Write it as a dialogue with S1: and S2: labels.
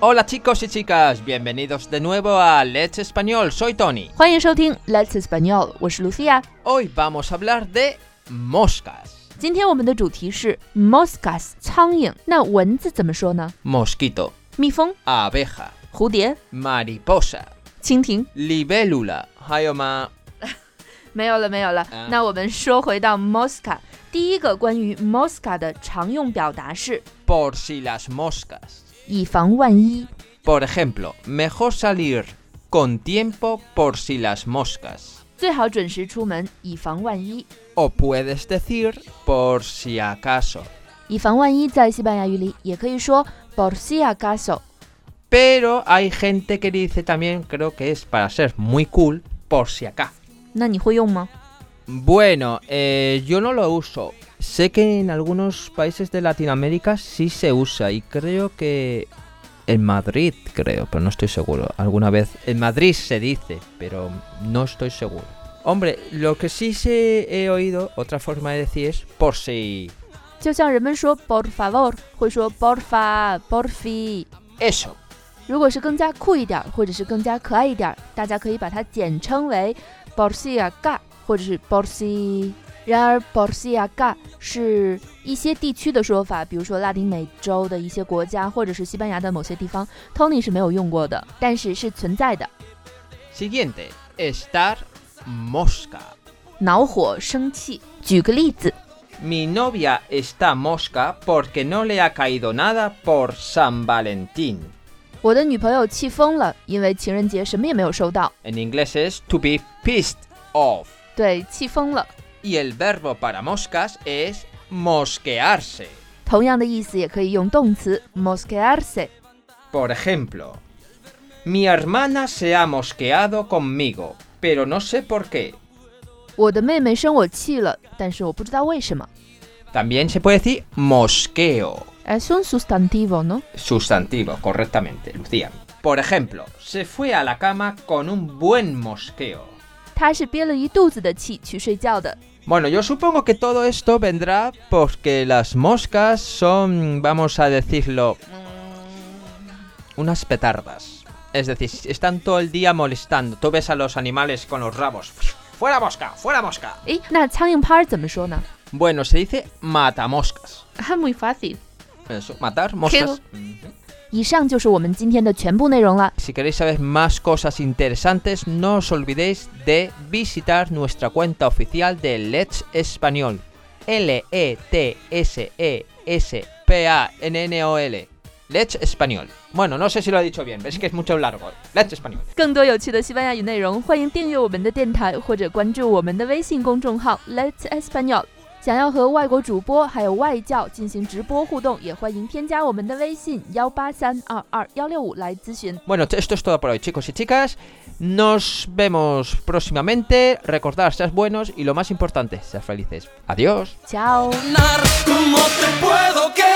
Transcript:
S1: Hola chicos y chicas, bienvenidos de nuevo a Let's Español, soy Tony.
S2: 欢迎收听 Let's Español，我是 Lucia。
S1: Hoy vamos a hablar de moscas.
S2: 今天我们的主题是 moscas 苍蝇，那蚊子怎么说呢？
S1: Mosquito,
S2: 蜜蜂、
S1: abeja,
S2: 蝴蝶、
S1: mariposa,
S2: 蜻蜓。
S1: libélula, hayoma.
S2: 没有了，没有了。
S1: 啊
S2: 那我们说回到 mosca，第一个关于 mosca 的常用表达是
S1: Por si las moscas.
S2: 以防万一。
S1: Por ejemplo, mejor salir con tiempo por si las moscas.
S2: 最好准时出门，以防万一。
S1: O puedes decir por si acaso.
S2: 以防万一在西班牙语里也可以说 por si acaso。
S1: Pero hay gente que dice también, creo que es para ser muy cool, por si acá.
S2: 那你会用吗？
S1: Bueno, eh, yo no lo uso. Sé que en algunos países de Latinoamérica sí se usa y creo que en Madrid, creo, pero no estoy seguro. Alguna vez en Madrid se dice, pero no estoy seguro. Hombre, lo que sí se he oído, otra forma de decir es por si.
S2: 就像人们说 por favor，会说 porfa、porfi。
S1: Eso.
S2: 如果是更加酷一点儿，或者是更加可爱一点儿，大家可以把它简称为 b o r s i a g a 或者是 b o r s i 然而 b o r s i a g a 是一些地区的说法，比如说拉丁美洲的一些国家，或者是西班牙的某些地方，Tony 是没有用过的，但是是存在的。
S1: Siguiente, estar mosca.
S2: 恼火、生气。举个例子，
S1: Mi novia está mosca porque no le ha caído nada por San Valentín.
S2: 我的女朋友气疯了，因为情人节什么也没有收到，
S1: En inglés es to be pissed off.
S2: 对，气疯了。
S1: Y el verbo para moscas es mosquearse.
S2: 同样的意思也可以用动词 mosquearse。
S1: Por ejemplo, mi hermana se ha mosqueado conmigo, pero no sé por qué.
S2: 我的妹妹生我气了，但是我不知道为什么。
S1: También se puede decir mosqueo,
S2: Es un sustantivo, ¿no?
S1: sustantivo, correctamente, Lucía. Por ejemplo, se fue a la cama con un buen mosqueo.
S2: 他是憋了一肚子的气去睡觉的。
S1: Bueno, yo supongo que todo esto vendrá porque las moscas son, vamos a decirlo, unas petardas. Es decir, están todo el día molestando. Tú ves a los animales con los rabos. ¡Fuera mosca! ¡Fuera mosca!
S2: 诶，那苍蝇拍儿怎么说呢
S1: Bueno, se dice matamoscas.
S2: Ah, muy fácil。
S1: Eso, matar moscas. Mm. Ujú.
S2: 以上就是我们今天的全部内容了。
S1: Si queréis saber más cosas interesantes, no os olvidéis de visitar nuestra cuenta oficial de Let's Español. E L-E-T-S-E-S-P-A-N-N-O-L. Let's Español. Bueno, no sé si lo he dicho bien, veis que es mucho largo. Let's Español.
S2: 更多有趣的西班牙语内容，欢迎订阅我们的电台或者关注我们的微信公众号 Let's Español。想要和外国主播还有外教进行直播互动，也欢迎添加我们的微信幺八三二二幺六五来咨询。
S1: Bueno, esto es todo por hoy, chicos y chicas. Nos vemos próximamente. Recordad, seas buenos y lo más importante, seas felices. Adiós.
S2: Chao。
S3: No te puedo quedar.